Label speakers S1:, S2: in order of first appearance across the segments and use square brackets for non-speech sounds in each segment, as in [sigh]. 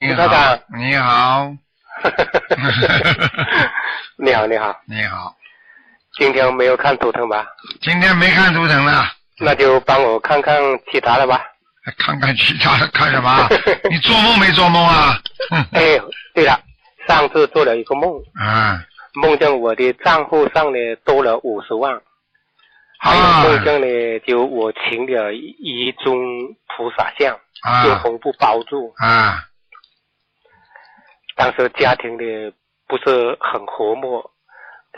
S1: 你
S2: 台
S1: 好
S2: 长，
S1: 你好，
S2: [laughs] 你好，你好，
S1: 你好，
S2: 今天没有看图腾吧？
S1: 今天没看图腾了，
S2: 那就帮我看看其他的吧。
S1: 看看其他的，看什
S2: [laughs]
S1: 么？啊你做梦没做梦啊？
S2: 哎，对了，上次做了一个梦，
S1: 啊
S2: 梦见我的账户上呢多了五十万，
S1: 啊
S2: 还有梦见呢就我请了一尊菩萨像，用
S1: 啊
S2: 红布包住，
S1: 啊！
S2: 当时家庭呢不是很和睦，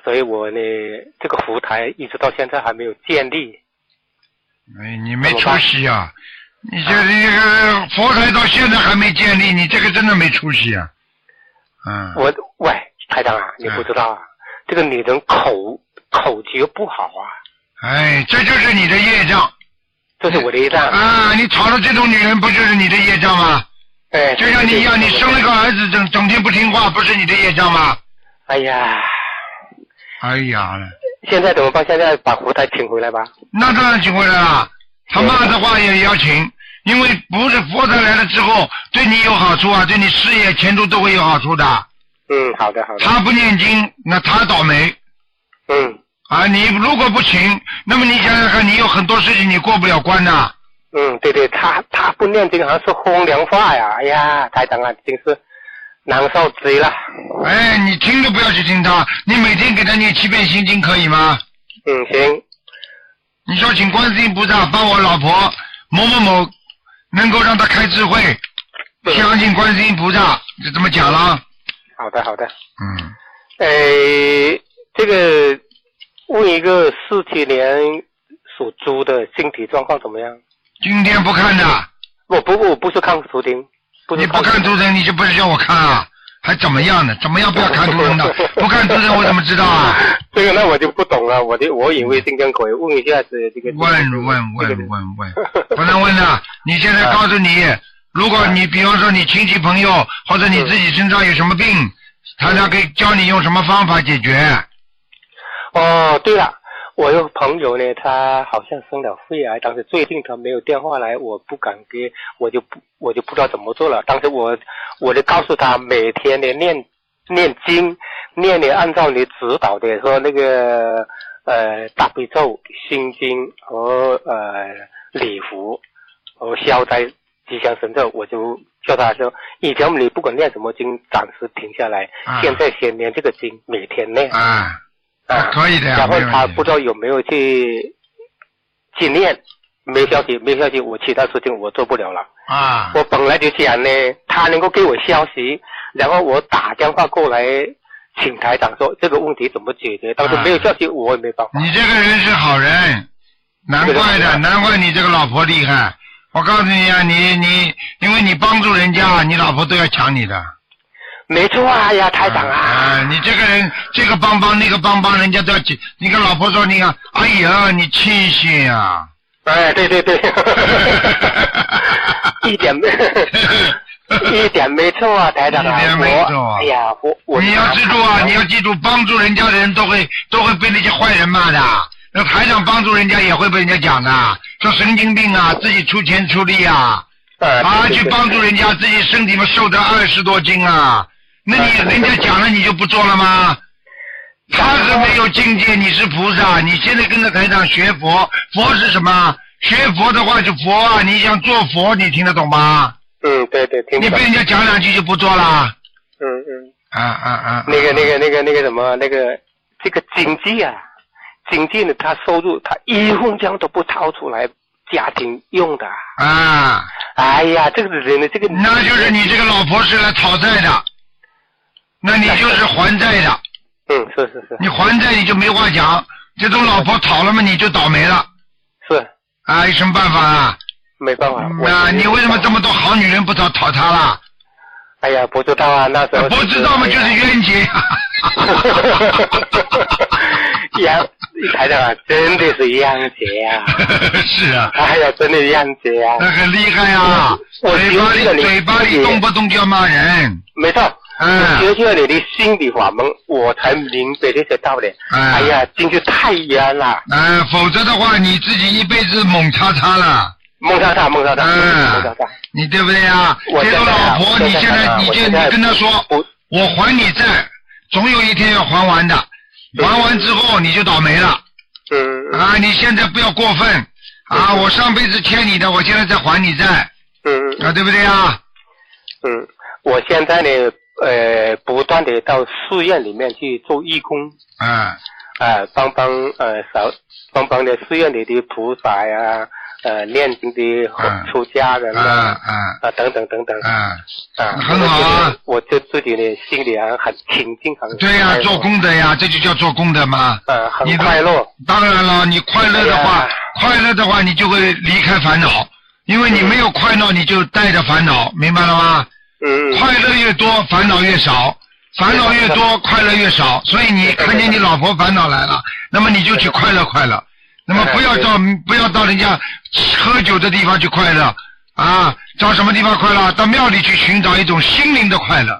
S2: 所以我呢这个福台一直到现在还没有建立。
S1: 哎，你没出息啊！你这这个佛台到现在还没建立，你这个真的没出息啊！嗯，
S2: 我喂，台长啊，你不知道啊，这个女人口口诀不好啊，
S1: 哎，这就是你的业障
S2: 这是我的一张。
S1: 啊！你找了这种女人，不就是你的业障吗？
S2: 哎，
S1: 就像你一样，
S2: 对
S1: 你生了个。儿子，整整天不听话，不是你的业障吗？
S2: 哎呀，
S1: 哎呀嘞，
S2: 现在怎么办？现在把胡台请回来吧。
S1: 那当然请回来了。他骂的话也要请，因为不是佛台来了之后，对你有好处啊，对你事业前途都会有好处的。
S2: 嗯，好的，好的。
S1: 他不念经，那他倒霉
S2: 嗯
S1: 啊！你如果不请，那么你想想看，你有很多事情你过不了关呐、
S2: 嗯，对对，他他不念经，好像是风凉话呀。哎呀，台长啊，真是难受极了。
S1: 哎，你听都不要去听他，你每天给他念七遍心经可以吗？
S2: 嗯，行，
S1: 你说请观世音菩萨帮我老婆某某某能够让她开智慧，
S2: 嗯
S1: 相信观世音菩萨，这怎么讲了？
S2: 好的，好的。
S1: 嗯，
S2: 哎，这个问一个四七年属猪的身体状况怎么样？
S1: 今天不看的，
S2: 我不我不是看图钉，不
S1: 你
S2: 是
S1: 不看
S2: 图
S1: 图腾，你就不是叫我看啊？还怎么样呢？怎么样不要看图腾的？
S2: [laughs]
S1: 不看图腾我怎么知道啊？
S2: 这个那我就不懂了，我就我以为新疆口音问一下子这个
S1: 问问
S2: 这个
S1: 问问问，不能问的。你现在告诉你，如果你比方说你亲戚朋友或者你自己身上有什么病，他他可以教你用什么方法解决。
S2: 哦，对了，我有朋友呢，他好像生了肺癌，但是最近他没有电话来，我不敢给，我就不我就不知道怎么做了。当时我我就告诉他，每天的念念经，念的按照你指导的说那个呃大悲咒、心经和呃礼佛和消灾吉祥神咒，我就。叫他说，以前你不管念什么经，暂时停下来，
S1: 啊
S2: 现在先念这个经，每天念。
S1: 啊，
S2: 啊，
S1: 可以的呀
S2: 然后
S1: 没问
S2: 他
S1: 题
S2: 不知道有没有去去念，没有消息，没有消息，我其他事情我做不了了。
S1: 啊，
S2: 我本来就想呢，他能够给我消息，然后我打电话过来请台长说这个问题怎么解决，但是
S1: 啊
S2: 没有消息，我也没办法。
S1: 你这个人是好人，难怪
S2: 对的
S1: 的，
S2: 对的
S1: 难怪你这个老婆厉害。我告诉你啊，你你，因为你帮助人家，你老婆都要抢你的。
S2: 没错啊呀，台长
S1: 啊！
S2: 啊，
S1: 你这个人，这个帮帮那个帮帮，人家都要抢。你跟老婆说，你看，哎呀，你气性啊！
S2: 哎，对对 [laughs] 对， [laughs] 一
S1: [laughs]
S2: 点没一点没错啊，台长啊，
S1: 一点没错
S2: 我
S1: 啊
S2: 哎呀，我我
S1: 你要记住啊，你要记住，帮助人家的人都会都会被那些坏人骂的。那台长帮助人家也会被人家讲的，说神经病啊，自己出钱出力啊。
S2: 啊
S1: 啊，，去帮助人家，自己身体嘛受着二十多斤啊，那你人家讲了你就不做了吗？他是没有境界，你是菩萨，你现在跟着台长学佛，佛是什么？学佛的话就佛啊，你想做佛，你听得懂吗？
S2: 嗯，对对，听
S1: 你
S2: 懂
S1: 被人家讲两句就不做啦？
S2: 嗯嗯。
S1: 啊啊啊！
S2: 那个、那个、那个、那个什么，那个这个经济啊，经济呢，他收入他一分钱都不掏出来家庭用的。
S1: 啊，
S2: 哎呀，这个人呢，这个
S1: 那就是你这个老婆是来讨债的，那你就是还债的，
S2: 嗯，是是是
S1: 你还债你就没话讲，这种老婆讨了嘛你就倒霉了
S2: 是，
S1: 啊，有什么办法啊？
S2: 没办法。我
S1: 那你为什么这？么多好女人不早讨她啦？
S2: 哎呀，不知道啊，那时候
S1: 不知
S2: [laughs]
S1: 道嘛，就是冤结呀。
S2: 杨台长啊，真的是样姐啊！
S1: [laughs] 是啊，
S2: 哎呀，真的样姐啊！
S1: 那很厉害啊！
S2: 我
S1: 嘴巴
S2: 我觉得
S1: 里
S2: 你
S1: 嘴巴里动不动就要骂人，
S2: 没错，
S1: 嗯
S2: 我学会了你的心理法门，我才明白这些道理。
S1: 嗯
S2: 哎呀，真是太冤了，
S1: 啊呃，否则的话你自己一辈子猛叉叉了。
S2: 梦上他，梦上他，
S1: 嗯
S2: 梦上他。
S1: 你对不对啊？
S2: 我
S1: 这
S2: 现
S1: 个
S2: 在
S1: 老
S2: 啊
S1: 婆，
S2: 我
S1: 你
S2: 现
S1: 现
S2: 在
S1: 在
S2: 啊
S1: 你
S2: 我
S1: 就
S2: 现
S1: 你
S2: 在
S1: 跟他说，
S2: 我
S1: 我还你债，总有一天要还完的，还完之后你就倒霉了
S2: 嗯嗯
S1: 啊！你现在不要过分啊！我上辈子欠你的，我现在在还你债
S2: 嗯
S1: 啊，对不对啊？
S2: 嗯，我现在呢，呃，不断的到寺院里面去做义工，
S1: 嗯
S2: 啊、帮帮呃少帮帮的寺院里的菩萨呀、呃念经的
S1: 嗯
S2: 出家人
S1: 嗯
S2: 啊，
S1: 嗯
S2: 啊等等等等，
S1: 嗯，
S2: 啊，
S1: 很好啊
S2: 我就自己呢心里啊很平静，很
S1: 对呀、
S2: 快乐
S1: 做，功德呀，这就叫做功德嘛。
S2: 啊，
S1: 你
S2: 很
S1: 都
S2: 快乐，
S1: 当然了，你快乐的话
S2: 哎呀，
S1: 快乐的话，你就会离开烦恼，因为你没有快乐，你就带着烦恼，明白了吗？
S2: 嗯，
S1: 快乐越多，烦恼越少；烦恼越多，快乐越少。所以你看见你老婆烦恼来了，那么你就去快乐快乐。那么不要到不要到人家喝酒的地方去快乐啊，找什么地方快乐？到庙里去寻找一种心灵的快乐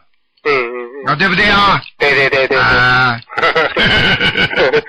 S2: 嗯嗯嗯，
S1: 啊，对不对啊？
S2: 对对对对对，
S1: 啊。